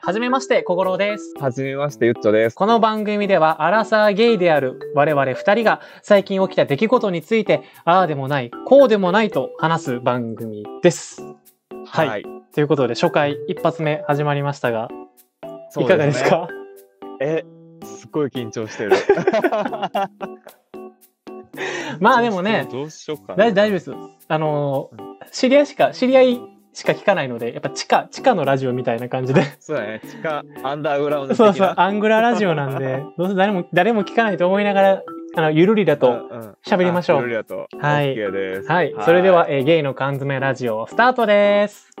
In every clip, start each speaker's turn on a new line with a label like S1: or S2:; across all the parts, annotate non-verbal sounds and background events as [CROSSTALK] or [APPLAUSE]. S1: はじめまして、小五郎です。
S2: はじめまして、ゆっちょです。
S1: この番組では、アラサーゲイである我々二人が最近起きた出来事について、ああでもない、こうでもないと話す番組です。はい。
S2: はい。
S1: ということで、初回一発目始まりましたが、
S2: そう
S1: いかがです
S2: ね
S1: か
S2: [LAUGHS] え、すごい緊張してる。
S1: [LAUGHS] まあでもね、
S2: どうしようかな。
S1: 大大丈夫です。あのー、知り合いしか、知り合いしか聞かないので、やっぱ地下、地下のラジオみたいな
S2: [LAUGHS]
S1: 感じで。
S2: そうだね。地下、アンダーグラウンド的
S1: そ
S2: な。
S1: うそう、アングララジオなんで、どうせ誰も、誰も聞かないと思いながら、あの、ゆるりだ
S2: うん
S1: と
S2: うん
S1: 喋りましょ
S2: あル
S1: う。
S2: リアと。
S1: はい
S2: OK です。
S1: はい、それでは、えーゲイの缶詰ラジオ、スタートです。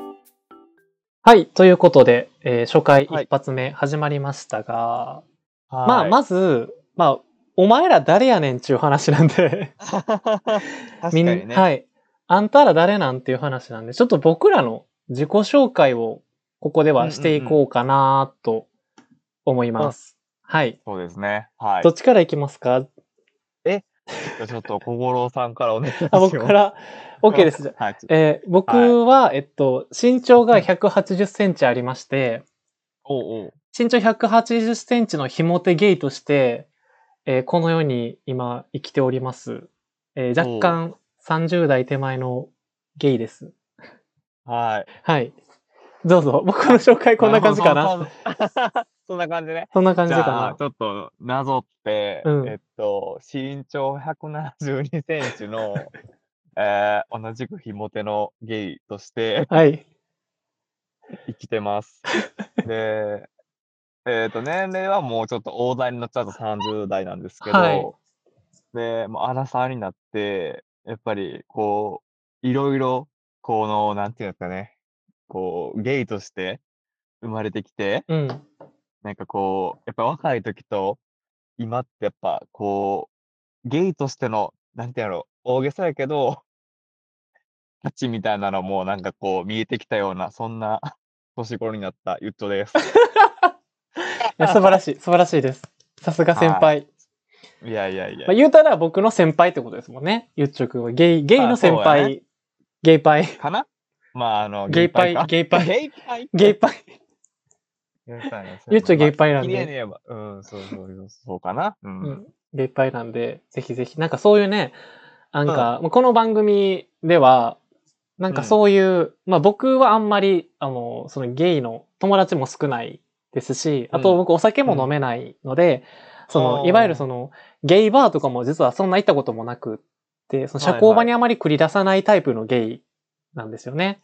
S1: はい、ということで、えー初回
S2: はい
S1: 一発目始まりましたが、
S2: はい、
S1: まあ、まず、まあ、お前ら誰やねんちゅう話なんで、
S2: あ、
S1: み
S2: 確
S1: ん
S2: か
S1: な、
S2: にね。
S1: はい。あんたら誰なんっていう話なんで、ちょっと僕らの自己紹介をここではしていこうかなと思います。はい。
S2: そうですね。はい
S1: ど。っちからいきますか
S2: じゃあちょっと小五郎さんからお願いします。
S1: あ、僕か。ら、OK です。じゃあ
S2: はい。ちょ
S1: えー僕は、えっと、身長が180センチありまして、
S2: おうおう。
S1: 身長180センチのひも手ゲイとして、えーこの世に今生きております。えー若干30代手前のゲイです。
S2: はい。
S1: はい。どうぞ。 [LAUGHS] 僕の紹介こんな感じか
S2: [LAUGHS]
S1: な。
S2: るほど。そんな感じね。
S1: そんな感じ
S2: じゃあ、
S1: か
S2: ちょっとなぞって、
S1: うん
S2: えっと、身長172セン
S1: [LAUGHS]
S2: チの、えー、同じくひも手のゲイ
S1: [LAUGHS]
S2: として
S1: な。はい。
S2: 生きてます。で、えっと、年齢はもうちょっと大台に乗っちゃうと30代なんですけど、
S1: はい
S2: で、もう荒沢になって、やっぱり、こう、いろいろ、この、なんていうんですかね、こう、ゲイとして生まれてきて、
S1: うん。
S2: なんかこう、やっぱ若い時と今ってやっぱこう、ゲイとしての、なんてやろう、大げさやけど、 [LAUGHS] 価値みたいなのもなんかこう見えてきたような、そんな年頃になったゆっとです。
S1: いや素晴らしい。素晴らしいです。さすが先輩。
S2: いやいやいや
S1: まあ、。言うたら僕の先輩ってことですもんね。ゆっちょくんは。ゲイ、ゲイの先
S2: まあそう
S1: 輩。
S2: や
S1: ゲイパイ。
S2: かなまああの、
S1: ゲイパイ
S2: か、
S1: ゲイパイ
S2: ゲイパイ
S1: ゲイパイ。
S2: ゲイパイの
S1: ゆっちょゲイパイなん
S2: き
S1: で。
S2: れいに言えば、うん、そうそうそう、そうかな。うん。
S1: うん、でいっぱいなんで、ぜひぜひ、なんかそういうね、なんか、まあこの番組では、なんかそういう、まあ僕はあんまり、あの、そのゲイの友達も少ないですし、あ
S2: う
S1: と
S2: ん
S1: 僕お酒も飲めないので、そ
S2: あ
S1: の、
S2: ー
S1: いわゆるその、ゲイバーとかも実はそんな行ったこともなくって、その社交
S2: はいは
S1: 場
S2: い
S1: にあまり繰り出さないタイプのゲイなんですよね。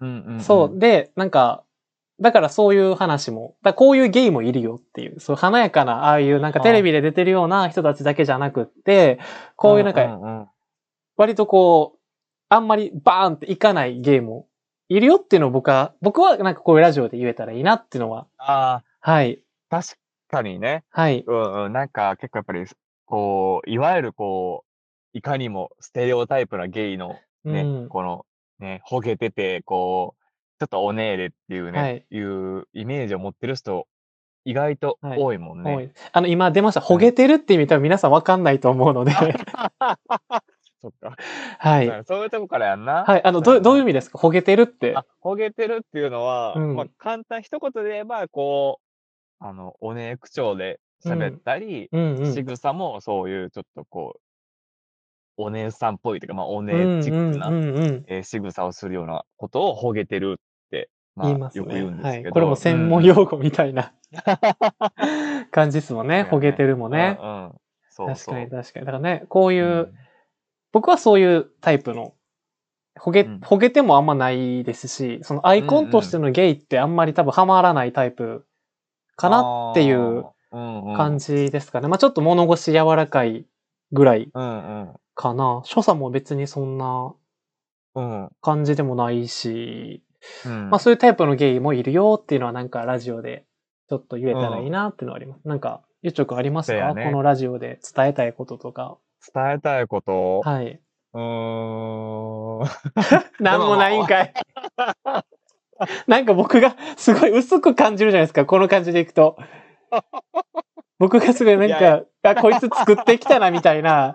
S2: うんうんうん
S1: そう。で、なんか、だからそういう話も、だからこういうゲイもいるよっていう、そう華やかな、ああいうなんか
S2: あ
S1: テレビで出てるような人たちだけじゃなくって、こういうなん
S2: う
S1: か、
S2: んうんうん
S1: 割とこう、あんまりバーンっていかないゲイもいるよっていうのを僕は、僕はなんかこういうラジオで言えたらいいなっていうのは、
S2: あ
S1: はい、
S2: あ、確かにね。
S1: はい、
S2: うんうん、なんか結構やっぱり、こう、いわゆるこう、いかにもステレオタイプなゲイのね、
S1: うん
S2: この、ね、ほげてて、こう、ちょっとおねえれっていうね、
S1: はい
S2: い、うイメージを持ってる人、意外と
S1: はい
S2: 多いもんね。
S1: 多いあの、今出ました、ほげてるって意味多分皆さんわかんないと思うので、
S2: そっか。
S1: [LAUGHS] はい。
S2: だからそういうとこからやんな。
S1: はい、あの、どう、どういう意
S2: う
S1: 味ですかほげてるって。
S2: あ、ほげてるっていうのは、
S1: うん
S2: まあ簡単、一言で言えば、こう、あの、おねえ口調で喋ったり、
S1: うんう
S2: 仕
S1: ん。
S2: 草もそういうちょっとこう、お姉さんっぽいというか、まあ、お
S1: うん
S2: 姉チック
S1: うん
S2: な
S1: うんうん。
S2: えー仕草をするようなことをほげてるって、まあ、
S1: 言います
S2: よ
S1: ね。
S2: く言うんですけど。
S1: はい、これも専門用語みたい
S2: [LAUGHS]
S1: な、感じですもんね。
S2: そうやね
S1: ほげてるも
S2: 語
S1: ね。
S2: うんうんそう
S1: 確
S2: そう。
S1: かに確かに。だからね、こういう、
S2: うん
S1: 僕はそういうタイプの、ほげ、
S2: うん
S1: ほげてもあんまないですし、そのアイコンとしてのゲイってあんまり多分ハマらないタイプかなっていう
S2: あーうんうん
S1: 感じですかね。まあちょっと物腰柔らかいぐらい
S2: うん
S1: かな。所作も別にそんな
S2: うん。うん。
S1: 感じでもないし、
S2: うん
S1: まあそういうタイプのゲイもいるよっていうのはなんかラジオでちょっと言えたらいいなっていうのはあります。なんか、ゆっちょくんあります
S2: そう
S1: か、
S2: やね
S1: このラジオで伝えたいこととか。
S2: 伝えたいこと、
S1: はい。
S2: うーん。 [LAUGHS]
S1: なんもないんかい。 [LAUGHS] なんか僕がすごい薄く感じるじゃないですか、この感じでいくと。僕がすごいなん
S2: いや
S1: か、あ、こいつ作ってきたなみたいな。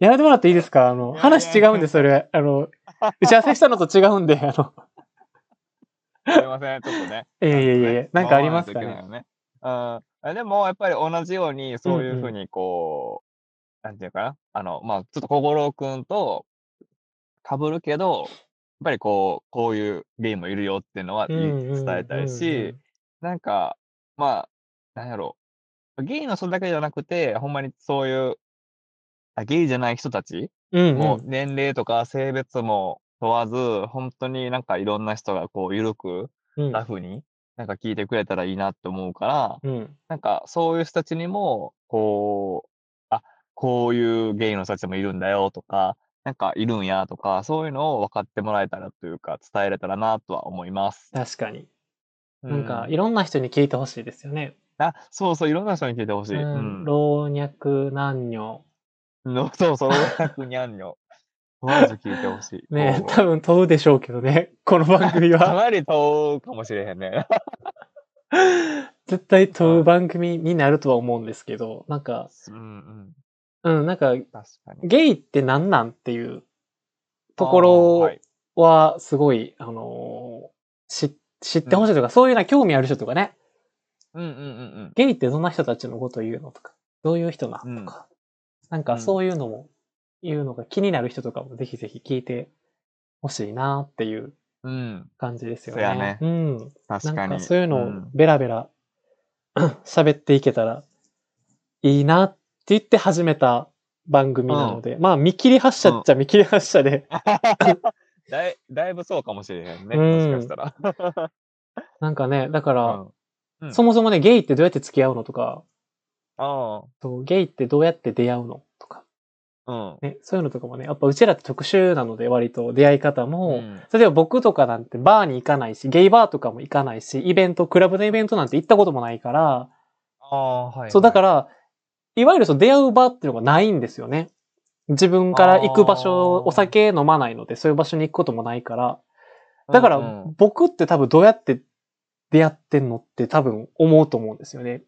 S1: やめてもらっていいですかあの、
S2: いや [LAUGHS]
S1: 話違うんで、それ。あの、打ち合わせしたのと違うんで、あの、
S2: すいません、ちょっとね。
S1: いやいやいやいや
S2: ね
S1: なんかありますかね
S2: 守らないといけないよね。うんあでも、やっぱり同じように、そういうふうに、こう、なんていうかな。あの、まあ、ちょっと小五郎くんと被るけど、やっぱりこう、こういうゲームいるよっていうのは言い伝えたいし、なんか、まあ、なんやろう。ゲイの人だけじゃなくて、ほんまにそういう、あゲイじゃない人たち
S1: うんうんうんうん、
S2: もう年齢とか性別も問わず、本当になんかいろんな人がこう、ゆるく、
S1: うんうん
S2: ラフに、なんか聞いてくれたらいいなって思うから、
S1: うん、
S2: なんかそういう人たちにも、こう、あ、こういうゲイの人たちもいるんだよとか、なんかいるんやとか、そういうのを分かってもらえたらというか、伝えれたらなとは思います。
S1: 確かに。
S2: う
S1: なんか、いろんな人に聞いてほしいですよね。
S2: あ、そうそう、いろんな人に聞いてほしい。
S1: う
S2: うん
S1: ん、。老若男女。
S2: の [LAUGHS] そうそう、楽にゃんよ。マジ聞いてほしい。
S1: [LAUGHS] ね
S2: おう
S1: 多分問うでしょうけどね、 [LAUGHS] この番組
S2: か
S1: は。
S2: なり遠うかもしれへんね。
S1: [LAUGHS] 絶対問う番組になるとは思うんですけど、なんか、
S2: うんうん。
S1: うん、なんか、
S2: 確かに。
S1: ゲイって何なんっていうとこ
S2: あーは
S1: ろ
S2: い
S1: は、すごい、あのーし知ってほしいとか、そういうな興味ある人とかね、
S2: うんうんうん
S1: ゲイってどんな人たちのことを言うのとか、どういう人なのとか、なん
S2: う
S1: か
S2: ん
S1: そういうのも、言うのが気になる人とかもぜひぜひ聞いてほしいなっていう
S2: うん。うん。
S1: 感じですよね。
S2: そうやね
S1: うん。
S2: 確
S1: な
S2: か
S1: ん
S2: に。
S1: かそういうの
S2: う
S1: を
S2: ん
S1: ベラベラ [COUGHS] 喋っていけたらいいなって言って始めた番組なので、まあ見切り発車っちゃ見切り発車
S2: [LAUGHS]
S1: で、
S2: だいだいぶそうかもしれへんね。
S1: う
S2: も
S1: ん
S2: しかしたら。
S1: なんかね、だから、
S2: うんうん
S1: そもそもね、ゲイってどうやって付き合うのとか、
S2: あ
S1: そうゲイってどうやって出会うのとか、
S2: あ。
S1: ね、そういうのとかもね、やっぱうちらって特殊なので割と出会い方
S2: うん。
S1: も、
S2: うん
S1: 例えば僕とかなんてバーに行かないし、ゲイバーとかも行かないし、イベント、クラブのイベントなんて行ったこともないから、
S2: ああ、はい。、
S1: そう、だからら、いわゆるそう出会う場っていうのがないんですよね。自分から行く場
S2: あ
S1: 所、
S2: ー
S1: お酒飲まないので、そういう場所に行くこともないから。だから、
S2: うんうん
S1: 僕って多分どうやって出会ってんのって多分思うと思うんですよね。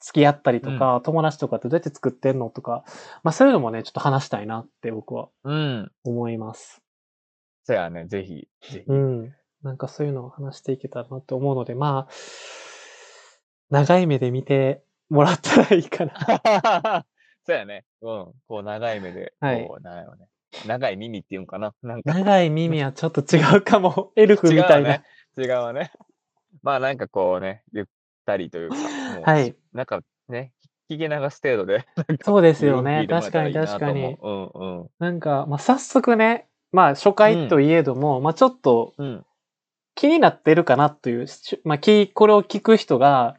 S1: 付き合ったりとか、友達とかってどうやって作ってんのとか、まあそういうのもね、ちょっと話したいなって僕は
S2: うん。
S1: 思います。
S2: そやね、ぜひ、ぜ
S1: [LAUGHS]
S2: ひ。
S1: うん。なんかそういうのを話していけたらなと思うので、まあ、長い目で見てもらったらいいかな。
S2: [LAUGHS] そうやね。うん。こう、長い目で、
S1: はい
S2: こう、なんやろね。長い耳っていうんかな。なんか、
S1: 長い耳はちょっと違うか
S2: [LAUGHS]
S1: も。エルフ
S2: 違
S1: み
S2: う
S1: た
S2: わ
S1: いな
S2: ね。。違うわね。まあなんかこうね、ゆったりというか、もう
S1: はい。
S2: なんかね、聞き流す程度で。
S1: そうですよね。
S2: いろいろ聞
S1: 確
S2: いても
S1: から
S2: え
S1: に
S2: たらいいな
S1: 確かに。
S2: と思う
S1: なんか、まあ、早速ね、まあ、初回といえども、まあ、ちょっと
S2: うんうん。うん
S1: 気になってるかなという、しまあ、きこれを聞く人が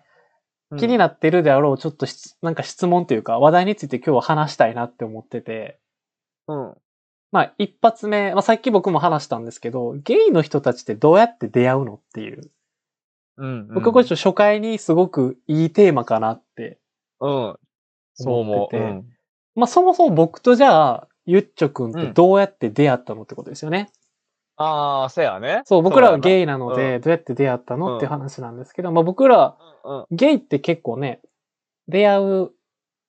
S2: うん。
S1: 気になってるであろう、ちょっとしなんか質問というか、話題について今日は話したいなって思ってて、
S2: うん。
S1: まあ、一発目、まあ、さっき僕も話したんですけど、ゲイの人たちってどうやって出会うのっていう。
S2: うん。
S1: 僕はこれちょっと初回にすごくいいテーマかなって
S2: うん。そう
S1: 思っ
S2: 思う。
S1: て
S2: う
S1: て
S2: ん。
S1: まあ、そもそも僕とじゃあ、ゆっちょくんってどうやって出会ったのってことですよね。
S2: ああ、そうやね。
S1: そう、僕らは
S2: イ。
S1: ゲイなので、どうやって出会ったの、っていう話なんですけど、まあ僕ら、
S2: うんうん。
S1: ゲイって結構ね、出会う、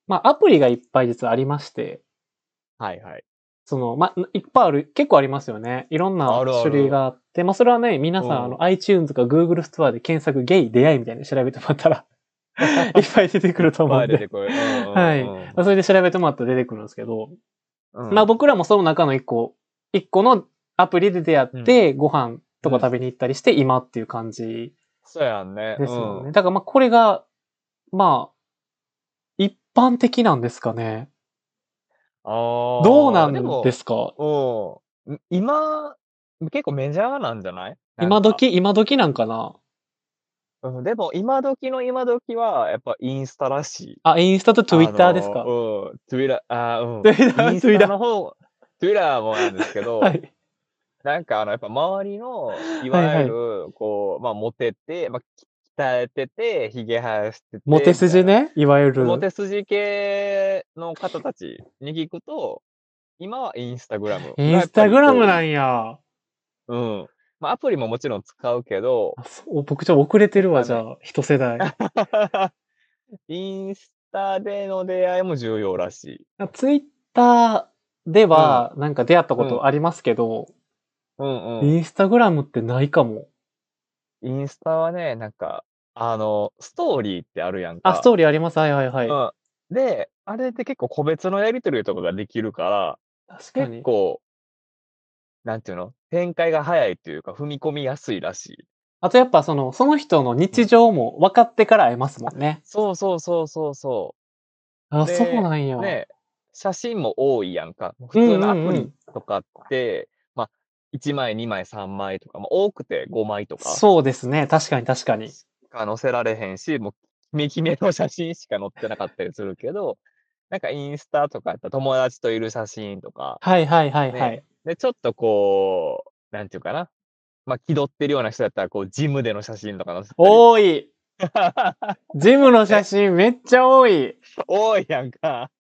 S1: まあアプリがいっぱい実はありまして、
S2: はいはい。
S1: その、まあ、いっぱいある、結構ありますよね。いろんな
S2: あるある
S1: 種類があって、まあそれはね、皆さん、
S2: うん
S1: あの、iTunes とか Google ストアで検索ゲイ出会いみたいに調べてもらったら、
S2: [LAUGHS]
S1: いっぱい出てくると思うん
S2: いっぱい出
S1: で
S2: て。くる。うん
S1: はい
S2: うん
S1: まあそれで調べてもらったら出てくるんですけど、
S2: うん
S1: まあ僕らもその中の一個、一個のアプリで出会って、ご飯とか食べに行ったりして、今っていう感じ
S2: そうやんね。
S1: ですよね。
S2: うん
S1: だからまあこれが、まあ、一般的なんですかね。
S2: あー
S1: どうなんで
S2: も
S1: すか
S2: うん。今、結構メジャーなんじゃないなんか
S1: 今時、今時なんかな
S2: うんでも、今時の今時は、やっぱインスタらしい。
S1: あ、インスタとツイッターですか、
S2: あのうん。ツイラー、あーうん。
S1: Twitter
S2: インスタの方、ツイラーもなんですけ
S1: [LAUGHS]
S2: ど、
S1: はい。
S2: なんかあの、やっぱ周りの、い
S1: はい
S2: わゆる、こう、まあ、モテて、まあ、鍛えてて、髭生やしてて。
S1: モテ筋
S2: みたい
S1: ね、いわゆる。
S2: な。モテ筋系の方たちに聞くと、今はインスタグラム。
S1: インスタグラム
S2: な
S1: なんや。
S2: うん。まあ、アプリももちろん使うけど、 [LAUGHS]
S1: あそう僕ちょっと遅れてるわ、じ
S2: そう
S1: ゃあ、一世代。 [LAUGHS]
S2: インスタでの出会いも重要らしい。
S1: ツイッターでは、なんか出会ったことありますけど、
S2: うんうん。
S1: インスタグラムってないかも。
S2: インスタはね、なんか、あの、ストーリーってあるやんか。
S1: あ、ストーリーあります。はいはいはい。
S2: うん。で、あれって結構個別のやり取りとかができるから、
S1: 確か
S2: 結
S1: に。
S2: 構、なんていうの展開が早いというか、踏み込みやすいらしい。
S1: あとやっぱその、その人の日常も分かってから会えますもんね。
S2: そうそうそうそうそう。
S1: あ、
S2: で
S1: そうなんや。
S2: ね、写真も多いやんか。普
S1: うんうんうん
S2: 通のアプリとかって、まあ、1枚、2枚、3枚とか、まあ、多くて5枚とかし
S1: そうですね。確かに確かに。
S2: か載せられへんし、もう、キメキメの写真しか載ってなかったりするけど、なんかインスタとかやったら友達といる写真とか、
S1: はいはいはいはい。
S2: ねで、ちょっとこう、なんていうかな。まあ、気取ってるような人だったら、こう、ジムでの写真とか載せたり。
S1: 多い。ジムの写真めっちゃ多い。
S2: [LAUGHS] 多いやんか。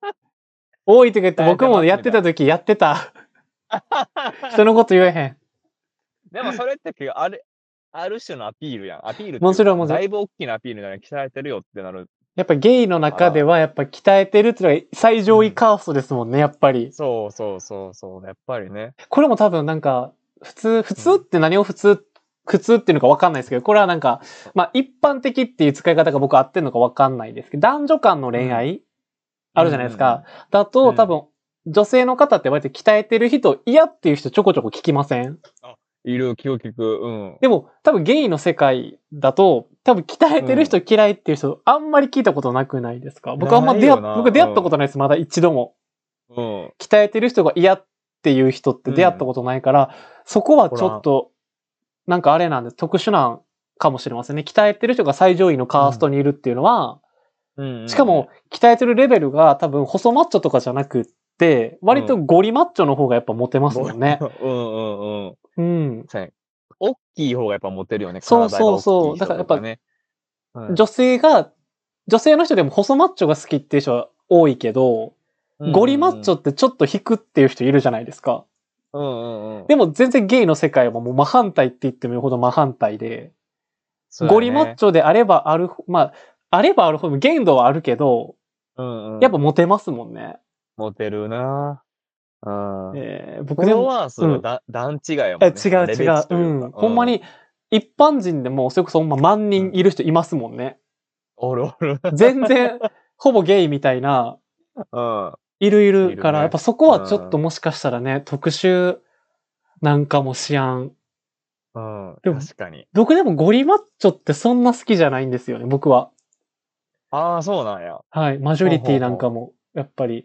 S1: 多いとか言って
S2: 伝えて
S1: 僕
S2: ます
S1: もやってた時やって
S2: [LAUGHS]
S1: た。人のこと言えへん。
S2: でもそれって結構ある、ある種のアピールやん。アピールっていうか
S1: もちろんもちろん
S2: だいぶ大きなアピールじゃない、鍛えてるよってなる。
S1: やっぱゲイの中ではやっぱ鍛えてるっていうのが最上位カーストですもんね、やっぱり。
S2: そうそうそうそう、やっぱりね。
S1: これも多分なんか、普通、普通って何を普通、普通っていうのか分かんないですけど、これはなんか、まあ一般的っていう使い方が僕合ってるのか分かんないですけど、男女間の恋愛、あるじゃないですか。だと、
S2: うん
S1: 多分、女性の方って割と鍛えてる人嫌っていう人ちょこちょこ聞きません
S2: いる、気を利く。うん。
S1: でも、多分ゲイの世界だと、多分鍛えてる人嫌いっていう人、あんまり聞いたことなくないですか僕はあんま出
S2: ない
S1: 会っ
S2: よな
S1: 僕出会ったことないです、まだ一度も。
S2: うん。
S1: 鍛えてる人が嫌っていう人って出会ったことないから、そこはちょっと、なんかあれなんで特殊なんかもしれませんね。鍛えてる人が最上位のカーストにいるっていうのは、
S2: うんうん
S1: しかも、鍛えてるレベルが多分細マッチョとかじゃなくって、割とゴリマッチョの方がやっぱモテますもんね。
S2: [LAUGHS] うんうんうん。
S1: うん。
S2: そうやね大きい方がやっぱモテるよね。
S1: そうそうそう
S2: 体が大きい人とね、うん
S1: 女性が、女性の人でも細マッチョが好きっていう人は多いけど、ゴリマッチョってちょっと引くっていう人いるじゃないですか。
S2: うんうんうん。
S1: でも全然ゲイの世界はもう真反対って言ってもよほど真反対で、
S2: そうやね
S1: ゴリマッチョであればある、まあ、あればあるほど限度はあるけど、
S2: うんうん
S1: やっぱモテますもんね。
S2: モテるなうん。
S1: えー
S2: フ
S1: 僕
S2: ォ
S1: で
S2: ロ
S1: も、
S2: ワー数
S1: う
S2: は
S1: ん
S2: だ段違いやもん
S1: え
S2: ね。
S1: 違う
S2: レベ
S1: 違
S2: チ
S1: う、
S2: と
S1: う
S2: いか
S1: ん。ほんま。
S2: う
S1: に、一般人でも、それこそほんま万人いる人いますもん
S2: [LAUGHS]
S1: ね。
S2: おるお
S1: [LAUGHS]
S2: る。
S1: 全然、ほぼゲイみたいな、
S2: うん。
S1: いるいる
S2: いるね
S1: から、やっぱそこはちょっともしかしたらね、特殊なんかもしやん。
S2: うん、
S1: でも
S2: 確かに。
S1: 僕でもゴリマッチョってそんな好きじゃないんですよね、僕は。
S2: ああ、そうなんや。
S1: はい。マジョリティなんかも、やっぱり。
S2: うん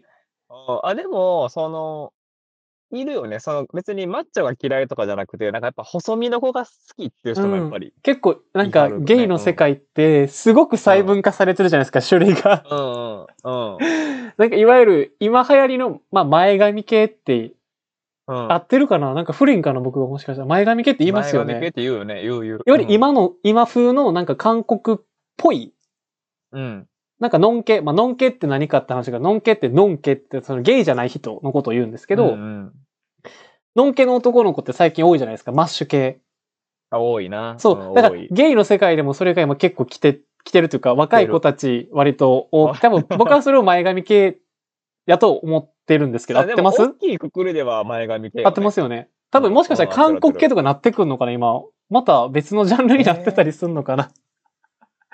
S2: あ、でも、その、いるよね。その、別にマッチョが嫌いとかじゃなくて、なんかやっぱ細身の子が好きっていう人もやっぱり。
S1: 結構、なん
S2: い
S1: か、
S2: いだろうね
S1: ゲイの世界って、すごく細分化されてるじゃないですか、種類が。 [LAUGHS]
S2: うん、うん、うん。
S1: なんか、いわゆる、今流行りの、まあ、前髪系って、
S2: う
S1: [LAUGHS]
S2: ん
S1: 合ってるかななんか古いんかな僕がもしかしたら。前髪系って言いますよ
S2: 前髪系っ
S1: ね。
S2: て言うよね。言う言う。
S1: より今の、今風の、なんか韓国っぽい、
S2: うん。うん。
S1: なんか、ノン系、まあ、ノン系って何かって話が、ノン系ってノン系って、そのゲイじゃない人のことを言うんですけど、
S2: うんうん
S1: ノン系の男の子って最近多いじゃないですか、マッシュ系。
S2: あ多いな。
S1: そう。
S2: ん
S1: だから
S2: 多い、
S1: ゲイの世界でもそれが今結構来て、来てるというか、若い子たち割と多く、多
S2: [LAUGHS]
S1: 分僕はそれを前髪系やと思ってるんですけど、合
S2: あ
S1: っ
S2: で
S1: てま
S2: も
S1: す
S2: 大きいくくりでは前髪系よね。
S1: 合ってますよね。多分もしかしたら韓国系とかなってくんのかな、今。また別のジャンルになってたりすんのかな。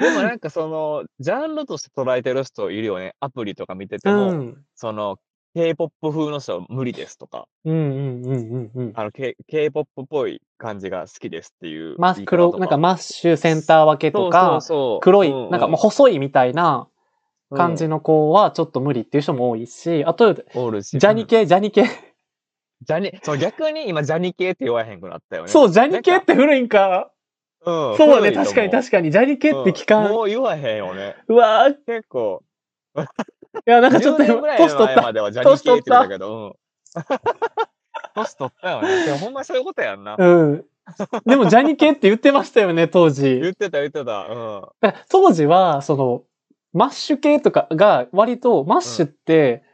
S2: でもなんかその、ジャンルとして捉えてる人いるよね。アプリとか見てて
S1: う
S2: も、
S1: ん。
S2: その、K-POP 風の人は無理ですとか。
S1: うんうんうんうんうん。
S2: あの、K、K-POP っぽい感じが好きですっていう
S1: マ
S2: 言
S1: ス
S2: い方
S1: 黒、
S2: と
S1: なんかマッシュセンター分けとか、
S2: そうそうそう
S1: 黒い、
S2: うう
S1: なんかもう細いみたいな感じの子はちょっと無理っていう人も多いし、あと、ジ
S2: うんおるし
S1: ャニ系、ジャ
S2: [LAUGHS]
S1: ニ系。
S2: うんジャニ、そう、逆に今、ジャニ系って言わへんくなったよね。
S1: そう、ジャニ系って古いんか。
S2: うん
S1: そうね、確かに
S2: か
S1: 確かに。ジャニ系って聞かん。
S2: もう言わへんよね。
S1: うわーい
S2: 結構、
S1: や、なんかちょっ
S2: 10
S1: と
S2: 年
S1: 今
S2: ぐらい
S1: 年取っ
S2: 前
S1: た。
S2: まではジャニ
S1: 年
S2: 系
S1: 取
S2: っ
S1: って
S2: 言
S1: た
S2: ってた
S1: [LAUGHS]
S2: けど、うん。年取ったよね。でもほんまそういうことやんな。
S1: うん。でも、ジャニ系って言ってましたよね、当
S2: 言
S1: 時。
S2: ってた言ってた。うん。
S1: だから当時は、その、マッシュ系とかが、割と、マッシュって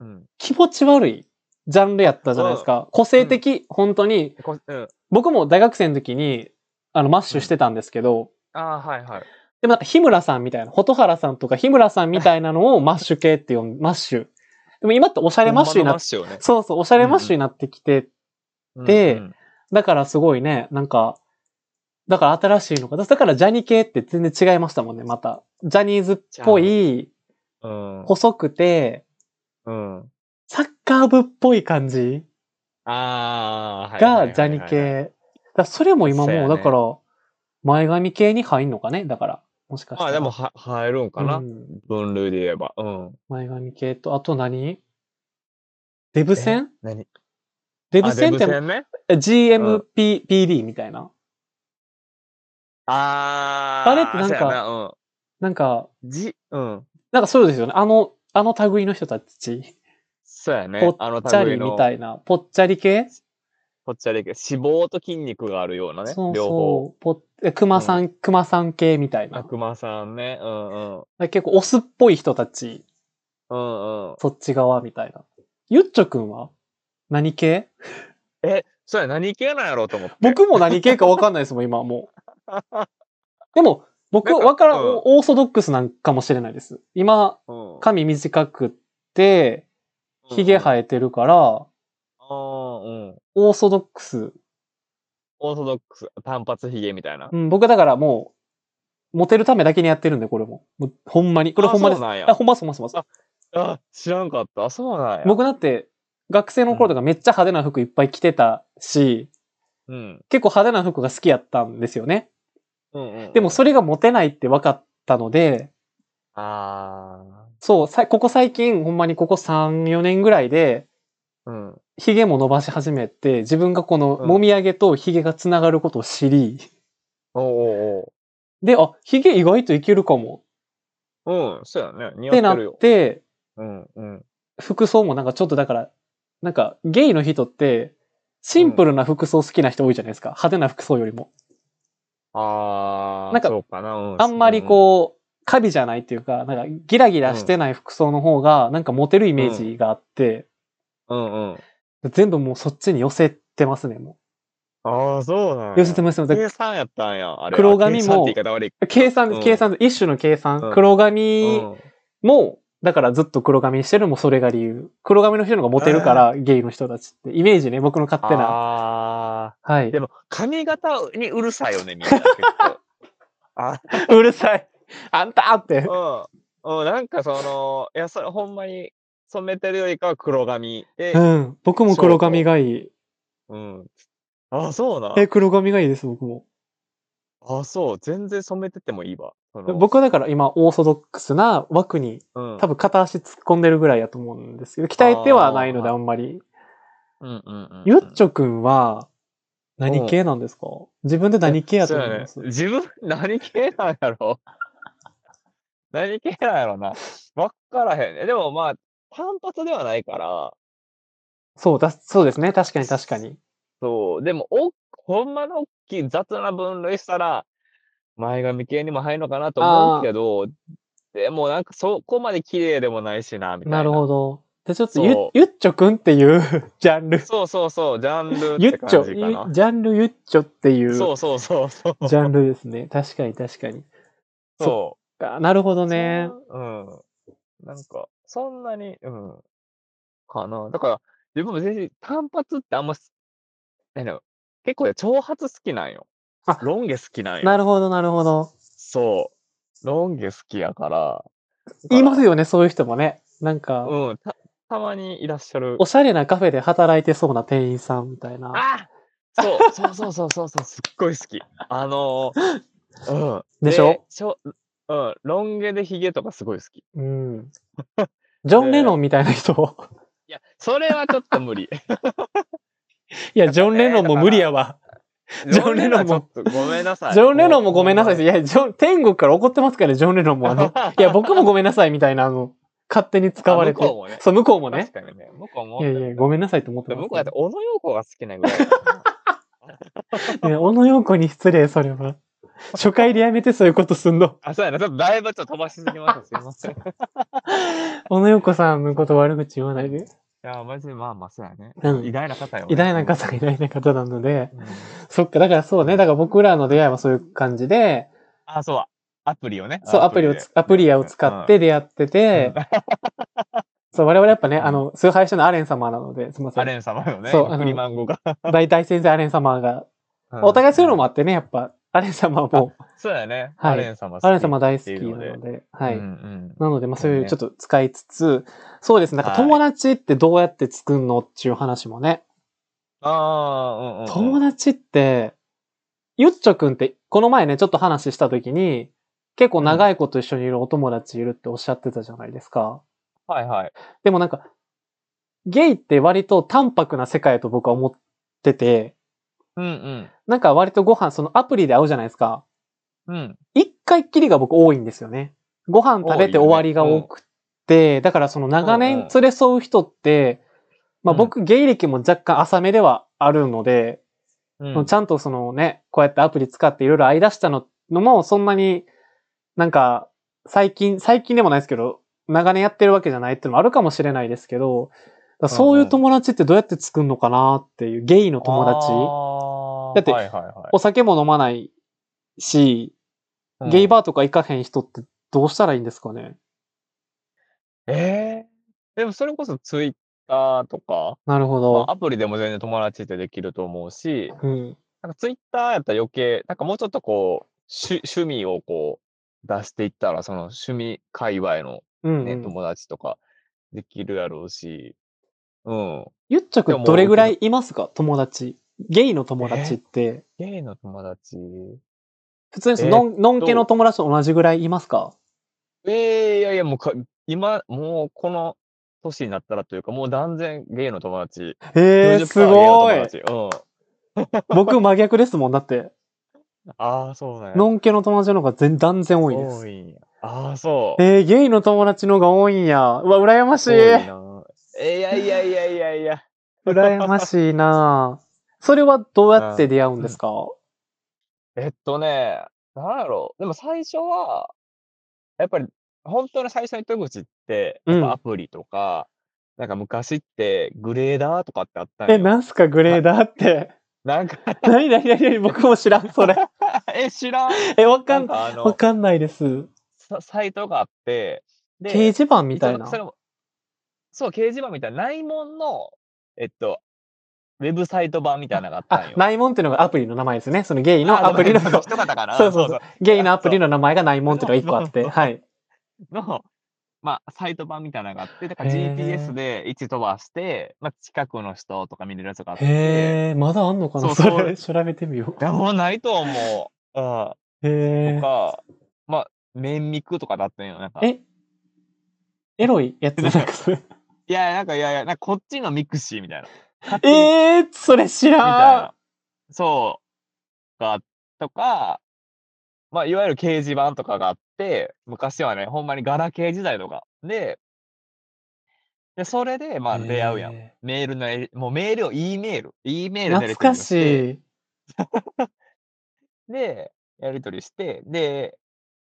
S2: うん。
S1: 気持ち悪いジャンルやったじゃないですか。個性的、本当に。
S2: こうん、
S1: 僕も大学生の時に、あの、マッシュしてたんですけど、
S2: ああー、はいはい。
S1: でもなんか日村さんみたいな、蛍原さんとか日村さんみたいなのをマッシュ系って呼んマッシュ。でも今っておしゃ
S2: あ
S1: れマッシュにな
S2: マッ
S1: っ
S2: シュよね。
S1: そうそう、おしゃれマッシュになってきて
S2: うん
S1: で
S2: うん
S1: だからすごいね、なんか、だから新しいのか。だからジャニ系って全然違いましたもんね、また。ジャニーズっぽい、
S2: うん。
S1: 細くて、
S2: うん。
S1: サッカー部っぽい感じ
S2: ああ、
S1: がジャニ系。だからそれも今
S2: そうや
S1: もう、
S2: ね
S1: だから、前髪系に入んのかねだから、もしかした
S2: ま
S1: ら。
S2: あでもは入るんか
S1: う
S2: なん分類で言えば。うん。
S1: 前髪系と、あと何デブ戦
S2: 何
S1: デ
S2: デ
S1: ブ戦って
S2: ブ戦ね。
S1: GMPD みたいな。
S2: ああ。
S1: あれってなんか
S2: そうやうん。
S1: なんか、
S2: じ、うん。
S1: なんかそうですよね。あの、あの類の人たち。
S2: そうやね
S1: ぽ。
S2: あの
S1: っちゃ
S2: 類
S1: り
S2: の
S1: みたいな。ぽっちゃり系
S2: ぽっちゃり系。脂肪と筋肉があるようなね。
S1: そう
S2: 両方。
S1: そう。ぽっえ熊さん、熊さん系みたいな。だか
S2: 悪魔さんね。うんうん。
S1: ら結構オスっぽい人たち、
S2: うんうん。
S1: そっち側みたいな。ゆっちょくんは何系
S2: そうや、何系なんやろうと思って。
S1: 僕も何系かわかんないですもん、今も
S2: [LAUGHS]
S1: う。でも、僕、
S2: なんか
S1: わからん、
S2: うん
S1: オーソドックスなんかもしれないです。今、
S2: うん、
S1: 髪短くって、髭
S2: え。
S1: 生えてるから、
S2: ああ、うん。
S1: オーソドックス。
S2: オーソドックス、単発髭みたいな
S1: う。ん、僕だからもう、モテるためだけにやってるんで、これも。もうほんまに。これほんまです。
S2: あそうなんや
S1: あ、ほんまです、ほんまですほんまです。
S2: あ、知らんかった。そうなんや。
S1: 僕だって学生の頃とかめっちゃ派手な服いっぱい着てたし、
S2: うん。
S1: 結構派手な服が好きやったんですよね。
S2: うんうん。
S1: でもそれがモテないって分かったので、
S2: あ
S1: そう、さここ最近、ほんまにここ3、4年ぐらいで、
S2: あ。うん。
S1: ヒゲも伸ばし始めて、自分がこの
S2: うん
S1: もみあげとヒゲがつながることを知り、
S2: おう
S1: で、あ、ヒゲ意外といけるかも
S2: おうおう。うん、そうやね。似
S1: って
S2: 合
S1: な
S2: っ
S1: って
S2: るよ。
S1: て、
S2: うんうん。
S1: 服装もなんかちょっとだから、なんかゲイの人って、シンプルな服装好きな人多いじゃないですか。派手な服装よりも。
S2: ああ、
S1: なんか
S2: そうかな。う
S1: あんまりこう、カビじゃないっていうか、なんかギラギラしてない服装の方が、なんかモテるイメージがあって、
S2: う。うんうん。
S1: 全部もうそっちに寄せてますね、も
S2: ああ、そうなん
S1: う。
S2: や。
S1: 寄せてますね。だから
S2: 計算やったんや。あれ
S1: 黒髪も
S2: 計算って言い方悪い。
S1: 計算です、
S2: うん
S1: 計算です。一種の計算。
S2: うん
S1: 黒
S2: う
S1: 髪
S2: ん
S1: も、だからずっと黒髪にしてるのもそれが理由。黒髪の人の方がモテるから、ゲイの人たちって。イメージね、僕の勝手な。
S2: あ
S1: は
S2: あ。
S1: い
S2: で。も、髪型にうるさいよね、みんな。結構
S1: [LAUGHS]
S2: あ
S1: うるさい。あんたって。
S2: うん。うん、なんかその、いや、それほんまに染めてるよりかは黒髪で
S1: う、ん。僕も黒髪がいい。
S2: うん。あ、そうな。
S1: え、黒髪がいいです、僕も。
S2: あ、そう。全然染めててもいいわ。その、
S1: 僕はだから今、オーソドックスな枠に
S2: うん、
S1: 多分片足突っ込んでるぐらいやと思うんですけど、鍛えてはないので
S2: あ
S1: あ
S2: ー
S1: んまり。
S2: うんうんうんうん。
S1: ゆっちょくんは何系なんですか自分で何系やと
S2: そう
S1: 思い
S2: やね
S1: ます。
S2: 自分、何系なんやろ何系なんやろな。わからへんね。でもまあ、単発ではないから、
S1: そうだ、そうですね。確かに確かに。
S2: そう。でも、おほんまの大きい雑な分類したら、前髪系にも入るのかなと思うけど、でもなんかそこまで綺麗でもないしな、みたいな。
S1: なるほど。で、ちょっとゆ
S2: そう
S1: ゆっちょくんっていう [LAUGHS] ジャンル。
S2: そうそうそう、ジャンル
S1: ゆ
S2: っ
S1: ってちょ、
S2: 感じ
S1: ゆ
S2: かな。
S1: ジャンルゆっちょっていうジ
S2: そうそうそうそう。
S1: ャンルですね。確かに確かに。
S2: そ
S1: あなるほど
S2: う。
S1: ね。
S2: そん。うん。なんか、そんなに、うん。かな。だから、自分も全然単発ってあんま好き、なんだろう結構ね、長髪好きなんよ
S1: あ。
S2: ロン毛好きなんよ。
S1: なるほど、なるほど。
S2: そう。ロン毛好きやから。
S1: 言いますよね、そういう人もね。なんか、
S2: うん、たたまにいらっしゃる
S1: お。しゃれなカフェで働いてそうな店員さんみたいな。
S2: あそうそうそうそうそうそう、すっごい好き。あのー、うん。
S1: でしょ
S2: しょうん、ロン毛でヒゲとかすごい好き。い
S1: うん。ジョン・レノンみたいな
S2: [LAUGHS]
S1: 人。
S2: や、それはちょっと無理。
S1: いや、ジョン・レノンも無理やわ。 [LAUGHS] ジョンレノンも
S2: はちょっとごめんなさい。
S1: ジョン・レノンもごめんなさいです。い
S2: も
S1: や、ジョン、天国から怒ってますから、ジョン・レノンも。あの、いや、僕もごめんなさいみたいな、あの、勝手に使われて。
S2: あ向こうもね
S1: そう、向こうも
S2: う確
S1: ね。
S2: かにね。向こうも。
S1: いやいや、ごめんなさいと思って
S2: で
S1: ます。
S2: 向こうだって、小野洋子が好きなぐらいだから
S1: いや、小野洋子に失礼、それは。初回でやめてそういうことすんの。
S2: あ、そうやな。ちょっとだいぶちょっと飛ばしすぎました。すいません。い
S1: 小野洋子さんのこと悪口言わないで。
S2: や、マジでまあまあ、そうやね。
S1: うん
S2: 偉大な方よ。
S1: 偉大な方が偉大な方なので。
S2: うん。
S1: そっか、だからそうね。だから僕らの出会いはそういう感じで、
S2: あ、そう。アプリをね。
S1: そう、アプリを
S2: で
S1: つ、アプリアを使っ。て出会ってて、そう、我々やっぱね、あの、崇拝者のアレン様なので、すみませ
S2: ア
S1: ん。
S2: レン様のね、
S1: そう
S2: 今
S1: あの
S2: クリマン語が。
S1: 大体先生アレン様が、
S2: うん
S1: お互いそういうのもあってね、やっぱ、アレン様も、
S2: そうやね。
S1: はい
S2: アレン様好き
S1: アレン様大好き
S2: ってい
S1: な
S2: うので
S1: ので、はい。
S2: うんうん
S1: なので、まあそういう
S2: ね
S1: ちょっと使いつつ、そうですね、なんか
S2: はい
S1: 友達ってどうやって作んのっていう話もね。
S2: ああ、うんうんうん。
S1: 友達って、ゆっちょくんって、この前ね、ちょっと話した時に、結構長いこと一緒にいるお友達いるっておっしゃってたじゃないですか。
S2: はいはい。
S1: でもなんか、ゲイって割と淡白な世界と僕は思ってて、
S2: うんうん。
S1: なんか割とご飯、そのアプリで会うじゃないですか。
S2: うん。
S1: 一回きりが僕多いんですよね。ご飯食べて
S2: 多いよね
S1: 終わりが多くて、だからその長
S2: うんう
S1: 年
S2: ん
S1: 連れ添う人って、まあ
S2: うん
S1: 僕、芸歴も若干浅めではあるので、
S2: うん
S1: ちゃんとそのね、こうやってアプリ使っていろいろ会い出したののも、そんなになんか最近、最近でもないですけど、長年やってるわけじゃないっていうのもあるかもしれないですけど、だからそういう友達ってどうやって作るのかなっていう、ゲイの友達。だ
S2: だ
S1: って
S2: はいはいは
S1: お酒も飲まないし、
S2: い。
S1: ゲイ
S2: ー。
S1: バーとか行かへん人ってどうしたらいいんですかね
S2: ええでもそれこそツイッターとか、
S1: なるほ
S2: ま
S1: ど
S2: あ、。アプリでも全然友達ってできると思うし、
S1: うん。
S2: なんかツイッターやったら余計、なんかもうちょっとこう、趣趣味をこう、出していったら、その趣味界隈の
S1: うん、
S2: ね、
S1: うん。
S2: 友達とかできるやろうし、うん。
S1: ゆっちょくんどれぐらいいますか友達。ゲイの友達って。
S2: ゲイの友達。
S1: 普通にその、ノンノンケの友達と同じぐらいいますか
S2: ええいやいや、もうか、今、もうこの年になったらというか、もう断然ゲイの友達。
S1: えー、
S2: 40%
S1: すご
S2: ゲイ
S1: い
S2: の。友達。
S1: 僕真逆ですもん。だって、
S2: うん。ああ、そうなんや。
S1: ノンケの友達の方が全断然多いです。
S2: んや。ああ、そう。
S1: えー、ゲイの友達の方が多いんや。うわ、羨ましい。
S2: 多いな。えいやいやいやいやいや。
S1: 羨ましいなそれはどうやって出会うんですか、
S2: えっとね、なんやろう。でも最初は、やっぱり、本当の最初の糸口って、やっ
S1: うん
S2: ぱアプリとか、なんか昔ってグレーダーとかってあったん
S1: え、
S2: よ
S1: なんすかグレーダーって。
S2: [LAUGHS] なんか、
S1: なになになになに僕も知らん、それ。
S2: え、知
S1: [LAUGHS]
S2: らん。
S1: え、わか
S2: なんんかあ
S1: わ
S2: の、
S1: かんないです。
S2: さサイトがあって、で、
S1: 掲示板みたい
S2: 一
S1: な
S2: 応そ。れもそう、掲示板みたいな、内門の、えっと、ウェブサイト版みたいなのがあったん
S1: あ
S2: よ、。
S1: 内門っていうのがアプリの名前ですね。そのゲイの
S2: あ
S1: アプリの、
S2: ごめん一方かな。
S1: そうそうそう。ゲイのアプリの名前が内門っていうのが一個あって、
S2: そう
S1: はい。
S2: の、まあ、サイト版みたいなのがあって、だから
S1: へー
S2: GPS で位置飛ばして、まあ、近くの人とか見れるやつがあって、
S1: へえ、まだあんのかな
S2: そう
S1: それ調べてみよ
S2: いや、もうないと思う。うん。
S1: う。へ
S2: とか、まあ、面ミクとかだったんよ。なんか、
S1: え。え、エロいやつなんかそれ。
S2: いや、なんか、いやいや、なんかこっちのミクシーみたいな。勝手に
S1: えー、それ知
S2: みたいな
S1: ら。
S2: そう。が、とか、まあ、いわゆる掲示板とかがあって、昔はね、ほんまにガラケー時代とか。で、で、それで、まあ、
S1: ん。
S2: 出会うやん。
S1: へ
S2: メールのやり、もうメールを、E メール、E メー
S1: ー
S2: ル
S1: 懐
S2: でやり取
S1: か
S2: りを、
S1: してい。
S2: で、やり取りして、で、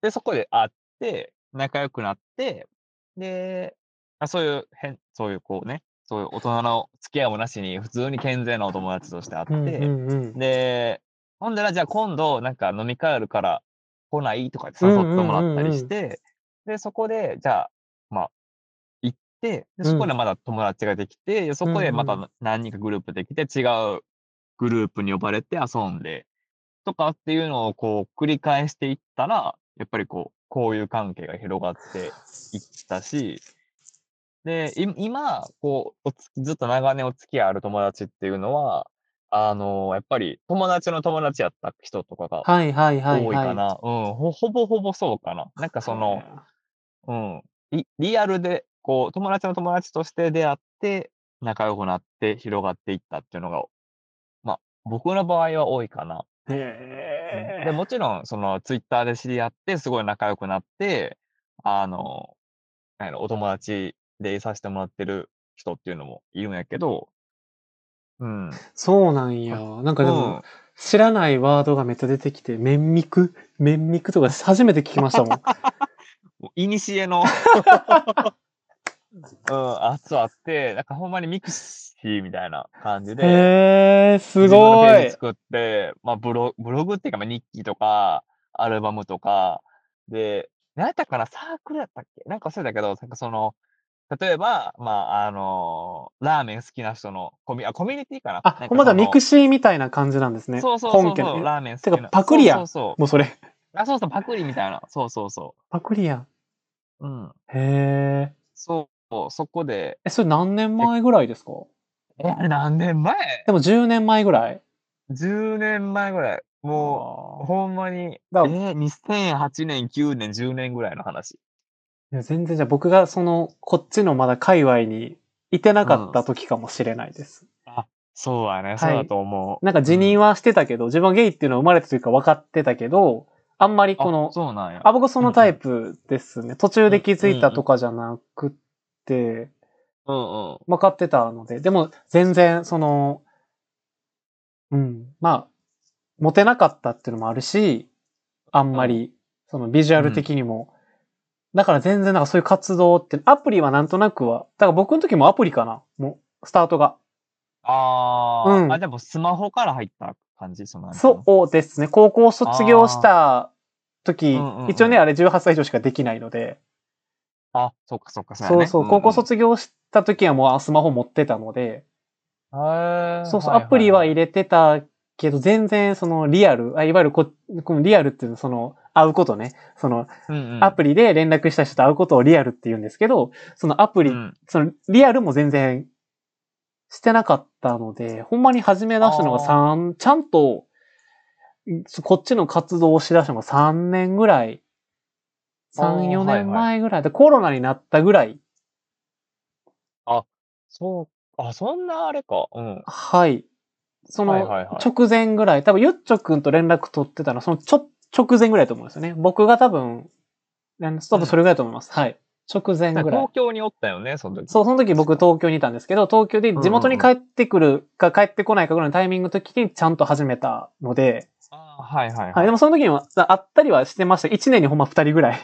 S2: で、そこで会って、仲良くなって、で、あそういう変、そういうこうね、そういう大人の付き合いもなしに、普通に健全なお友達として会って、
S1: うんうんうん。
S2: で、ほんでら、じゃあ今度、なんか飲み会あるから来ないとかって誘ってもらったりして、で、そこで、じゃあ、まあ、行って、でそこでまだ友達ができて、そこでま
S1: うんう
S2: た何人かグループできて、違うグループに呼ばれて遊んで、とかっていうのをこう繰り返していったら、やっぱりこう、こういう関係が広がっていったし、で、い今、こうおつ、ずっと長年お付き合いある友達っていうのは、あのやっぱり友達の友達やった人とかが
S1: はいはいはいはい。
S2: 多いかな。うんほ、ほぼほぼそうかな。なんかその、うん、リリアルで、こう、友達の友達として出会って、仲良くなって広がっていったっていうのが、まあ、僕の場合は多いかな。
S1: へ
S2: で
S1: ー。
S2: もちろん、その、ツイッターで知り合って、すごい仲良くなって、あの、なんやろお友達でいさせてもらってる人っていうのもいるんやけど、うん。
S1: そうなんや。なんかでも、
S2: うん
S1: 知らないワードがめっちゃ出てきて、綿密綿密とか初めて聞きましたもん。
S2: もういにしえの、 [LAUGHS] うん、あっつあって、なんかほんまにミクシーみたいな感じ [LAUGHS] で、
S1: へえ、す
S2: 自分の
S1: ご
S2: ページ
S1: い。
S2: 作って、まあブロ、ブログっていうか、まあ、日記とか、アルバムとか、で、何やったかな、サークルやったっけなんかそうだけど、なんかその、例えば、まあ、あのーラーメン好きな人のコミ、あ、コミュニティかな。
S1: あ、ほんまだ、
S2: ミ
S1: 憎しみみたいな感じなんですね。
S2: そうそうそうそう
S1: 本家の。
S2: ラーメン好きな。
S1: てかパクリや
S2: そうそうそう
S1: もうそれ、
S2: あ、そうそう、パクリみたいな。そうそうそ
S1: パクリやん。
S2: う。うん。
S1: へえ。
S2: そう、そこで、
S1: え、それ何年前ぐらいですか
S2: え、あれ何年前
S1: でも10年前ぐらい。
S2: ?10 年前ぐらい。もう、
S1: あ
S2: ほんまに、え
S1: だ
S2: ー、2008年、9年、10年ぐらいの話。
S1: ーいや全然じゃあ僕がその、こっちのまだ界隈にいてなかった時かもしれないです。
S2: そうだね、
S1: い
S2: そうだと思う。
S1: なんか辞任はしてたけど、自分はゲイっていうのは生まれた時から分かってたけど、あんまり
S2: あ
S1: この、
S2: そうなんや。
S1: あ、僕そのタイプですね。途中で気づいたとかじゃなくて、
S2: うんうん。
S1: 分かってたので、でも全然その、うん、まあ、モテなかったっていうのもあるし、あんまり、そのビジュアル的にも、だから全然なんかそういう活動って、アプリはなんとなくは、だから僕の時もアプリかな、もう、スタートが。
S2: ああ、
S1: うん
S2: あ、でもスマホから入った感じ、そのなんていの
S1: そうですね、高校卒業した時、
S2: あーうんうんうん
S1: 一応ね、あれ18歳以上しかできないので、
S2: あ、そっかそっか、や
S1: そう
S2: ね
S1: そう、高校卒業した時はもうスマホ持ってたので、
S2: うんうんへー
S1: そうそう、
S2: はい
S1: ア
S2: いい
S1: プリは入れてたけど、全然そのリアル、あいわゆるこ、このリアルっていうのはその、会うことね。その、
S2: うんうん
S1: アプリで連絡した人と会うことをリアルって言うんですけど、そのアプリ、
S2: うん
S1: そのリアルも全然してなかったので、ほんまに始め出したのが3、ちゃんと、んこっちの活動をしだしたのが3年ぐらい、
S2: あ
S1: 3、
S2: ー
S1: 4
S2: はいはい
S1: 年前ぐらいで、コロナになったぐらい、
S2: そう、あ、そんなあれか。うん。
S1: はい。そ
S2: はいはい
S1: の
S2: はい
S1: 直前ぐらい、多分、ゆっちょくんと連絡取ってたのは、そのちょ直前ぐらいだと思うんですよね。僕が多分、あの多分それぐらいだと思います。はい。直前ぐらい
S2: 東。京におったよね、その時。
S1: そう、その時僕東京にいたんですけど、東京で地元に帰ってくるか帰ってこないかぐらいのタイミングの時にちゃんと始めたので、
S2: あーはいはい
S1: はい、
S2: はい。
S1: でもその時にはあ会ったりはしてました。1年にほんま2人ぐらい。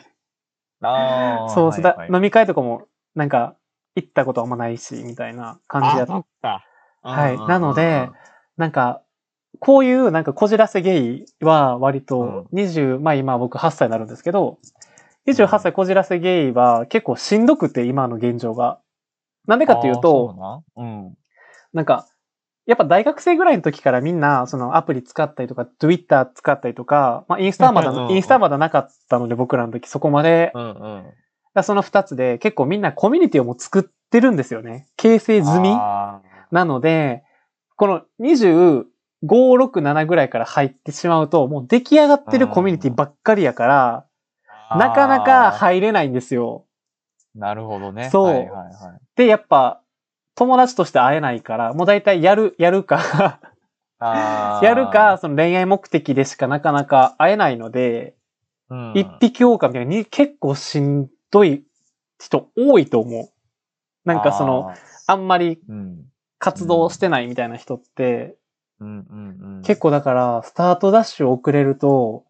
S2: あー
S1: そうそう
S2: は
S1: だ
S2: いはい
S1: 飲み会とかも、なんか、行ったことあんまないし、みたいな感じだ
S2: あ
S1: っ、た
S2: そっか。
S1: はい
S2: うんうんうん
S1: なので、なんか、こういうなんかこじらせゲイは割と20、まあ今僕8歳になるんですけど、28歳こじらせゲイは結構しんどくて今の現状が。なんでかっていうと、
S2: あーそうなんうん。
S1: なんか、やっぱ大学生ぐらいの時からみんなそのアプリ使ったりとか、Twitter 使ったりとか、まあインスタはま
S2: うん
S1: だ、
S2: うん
S1: インスタはまだなかったので僕らの時そこまで、だか
S2: うんうん。
S1: らその2つで結構みんなコミュニティをもう作ってるんですよね。形成済み
S2: あ
S1: なので、この25、6、7ぐらいから入ってしまうと、もう出来上がってるコミュニティばっかりやから、
S2: ー
S1: なかなか
S2: あー
S1: 入れないんですよ。
S2: なるほどね。
S1: そう
S2: はいはいはい。
S1: で、やっぱ、友達として会えないから、もう大体やる、やるか、
S2: あー
S1: やるか、、その恋愛目的でしかなかなか会えないので、
S2: うん
S1: 一匹狼みたいに結構しんどい人多いと思う。なんかその、、あ
S2: あー
S1: んまり
S2: うん。
S1: 活動してないみたいな人って、
S2: うんうんうん。
S1: 結構だから、スタートダッシュ遅れると、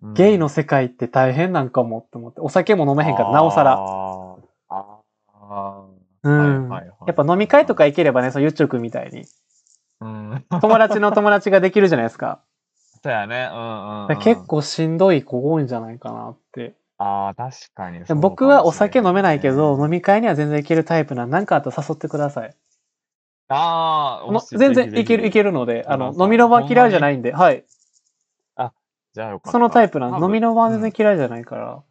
S2: うん
S1: ゲイの世界って大変なんかもって思って、お酒も飲めへんから、なおさら。
S2: あーあー。
S1: うん
S2: はいはいはい
S1: やっぱ飲み会とか行ければね、そのゆっちょくんみたい
S2: [LAUGHS]
S1: に。
S2: うん。
S1: 友達の友達ができるじゃないですか。
S2: そうやね。 [LAUGHS] うんうん、
S1: だ
S2: うん。
S1: から結。構しんどい子多いんじゃないかなって。
S2: ああ、確かにそうかもしれんね。
S1: 僕はお酒飲めないけど、飲み会には全然行けるタイプなん、なんかあったら誘ってください。
S2: ああ、
S1: もう全然行ける行け
S2: る。
S1: るので、あ
S2: そう
S1: の、
S2: そう
S1: 飲みの場嫌いじゃないんで、はい。
S2: じゃあよかった。
S1: そのタイプなん
S2: 多
S1: で、
S2: 分
S1: 飲みの場は全然嫌いじゃないから。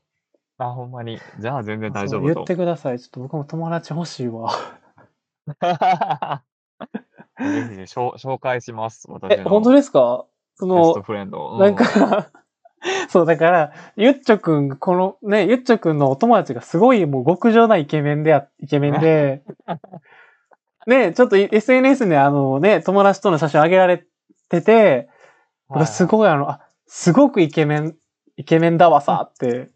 S2: あ、ほんまに。じゃあ全然大
S1: そ
S2: 丈
S1: う
S2: 夫と。
S1: 言ってください。ちょっと僕も友達欲しいわ。
S2: [LAUGHS] ぜひぜひ紹紹介します。私の
S1: え、本当ですかそ
S2: ベス
S1: の
S2: ト、フレンド。う
S1: なん、か、 [LAUGHS] そう、だから、ゆっちょくん、このね、ゆっちょくんのお友達がすごいもう極上なイケメンであ、イケメン
S2: [LAUGHS]
S1: で、ね、ちょっとい SNS であのね、友達との写真上げられてて、僕
S2: はい
S1: すごいあの、あ、すごくイケメン、イケメンだわさって。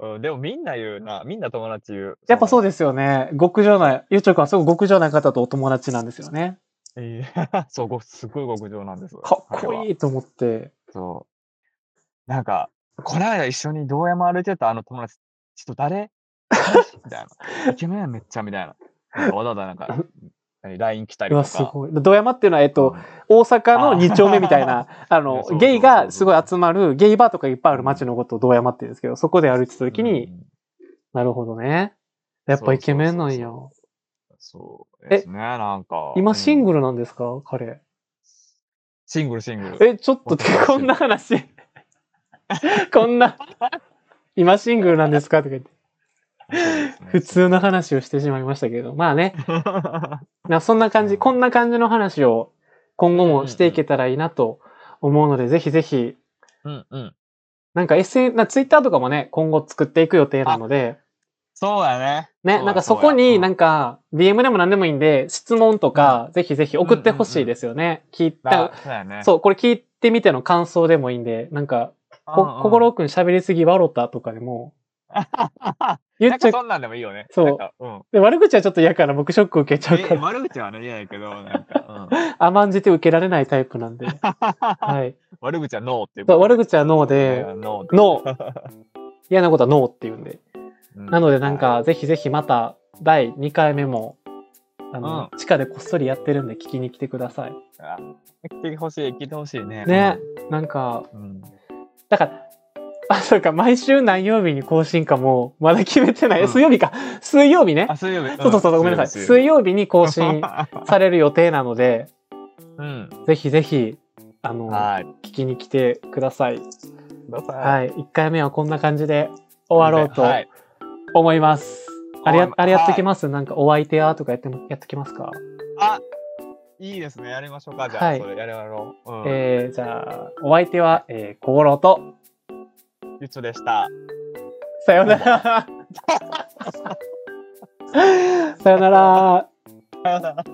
S2: うんでもみんな言うな。みんな友達言う。
S1: やっぱそう
S2: で
S1: ですよね。極上な、ゆっちょくんはすごく極上な方とお友達なんですよね。
S2: す。いい [LAUGHS] そう、ごすごい極上なんです。
S1: かっこ
S2: い。
S1: いいと思って。
S2: そう。なんか、この間一緒に道山歩いてたあの友達、ちょっと誰彼氏みたい
S1: [LAUGHS]
S2: な。イケメンやんめっちゃみたいな。なんかわざわざなんか、何 LINE 来たり
S1: う
S2: とか。
S1: わ、すごい。ドヤマっていうのは、えっと
S2: う、ん
S1: 大阪の二丁目みたいな、あ
S2: いや
S1: の
S2: そう、
S1: ゲイがす
S2: そうそう
S1: ご
S2: そう
S1: い集まる、ゲイバーとかいっぱいある街のことを堂山って言うんですけど、そこで歩いてた時に、
S2: うん
S1: なるほどね。やっぱイケメンなんや。
S2: そうですね、なんか。
S1: 今シン
S2: ル、
S1: グルなんですか彼。
S2: シングル、シングル。
S1: え、ちょっとって
S2: [LAUGHS] 私
S1: こんな話。 [LAUGHS] こんな、今シングルなんですかとか言って、普通の話をしてしまいましたけど。まあね、
S2: の。
S1: なそんな感じ、
S2: うん
S1: こんな感じの話を今後もしていけたらいいなと思うので、ぜひぜひ、
S2: [LAUGHS] うんうん。
S1: なんか SN、な Twitter とかもね、今後作っていく予定なので、
S2: そうだね。
S1: ね、
S2: うや
S1: なんかそこになん
S2: か、
S1: か DM でも何でもいいんで、質問とか、ぜひぜひ送ってほしいですよね。聞い
S2: うん
S1: た
S2: あ、そうだね。
S1: そう、これ聞いてみての感想でもいいんで、なんか、こ、
S2: うんうん
S1: 心くん喋りすぎ笑ったとかでも、言
S2: [LAUGHS]
S1: っ
S2: なん
S1: ちゃ
S2: か
S1: う
S2: そんなんでもいいよね。
S1: そう
S2: なんかうん。
S1: で悪口はちょっと嫌から僕ショック受けちゃうか
S2: え、
S1: ら、
S2: 悪口はね、嫌やけど、なんか、うん
S1: 甘んじて受けられないタイプ
S2: [LAUGHS]
S1: なんで。 [LAUGHS] はい。
S2: 悪口はノーっていう
S1: そ
S2: こ
S1: う
S2: と。
S1: 悪口はノーで、
S2: [LAUGHS] ノー
S1: ノー。嫌なことはノーって言うんで。
S2: うん
S1: なのでなんか、ぜひぜひまた第2回目も、あの、地下でこっそりやってるんで聞きに来てください。
S2: あ聞いてほしい、聞いてほしいね。
S1: ね。なんか、
S2: うん。
S1: だから、あ、そうか、毎週何曜日に更新かも、まだ決めてない。
S2: うん
S1: 水曜日か。水曜日ね
S2: あ、。水曜日。
S1: そうそうそう、ごめんなさい。水曜日に更 [LAUGHS] 新される予定なので、
S2: うん。
S1: ぜひぜひ、あの、
S2: はい。
S1: 聞きに来てください。
S2: どうぞ
S1: はい。1回目はこんな感じで終わろうと
S2: はい
S1: 思います。あれや
S2: はい、
S1: あれやっときます、なんかお相手やとかやっても、やっときますか、
S2: あ、いいですね。やりましょうか。じゃ
S1: は
S2: あ、
S1: い
S2: それやりましょう。うん。
S1: えー、じゃあ、お相手は、えー、小五郎と、
S2: ゆつでした。
S1: さような [LAUGHS] ら。さようなら。
S2: さようなら。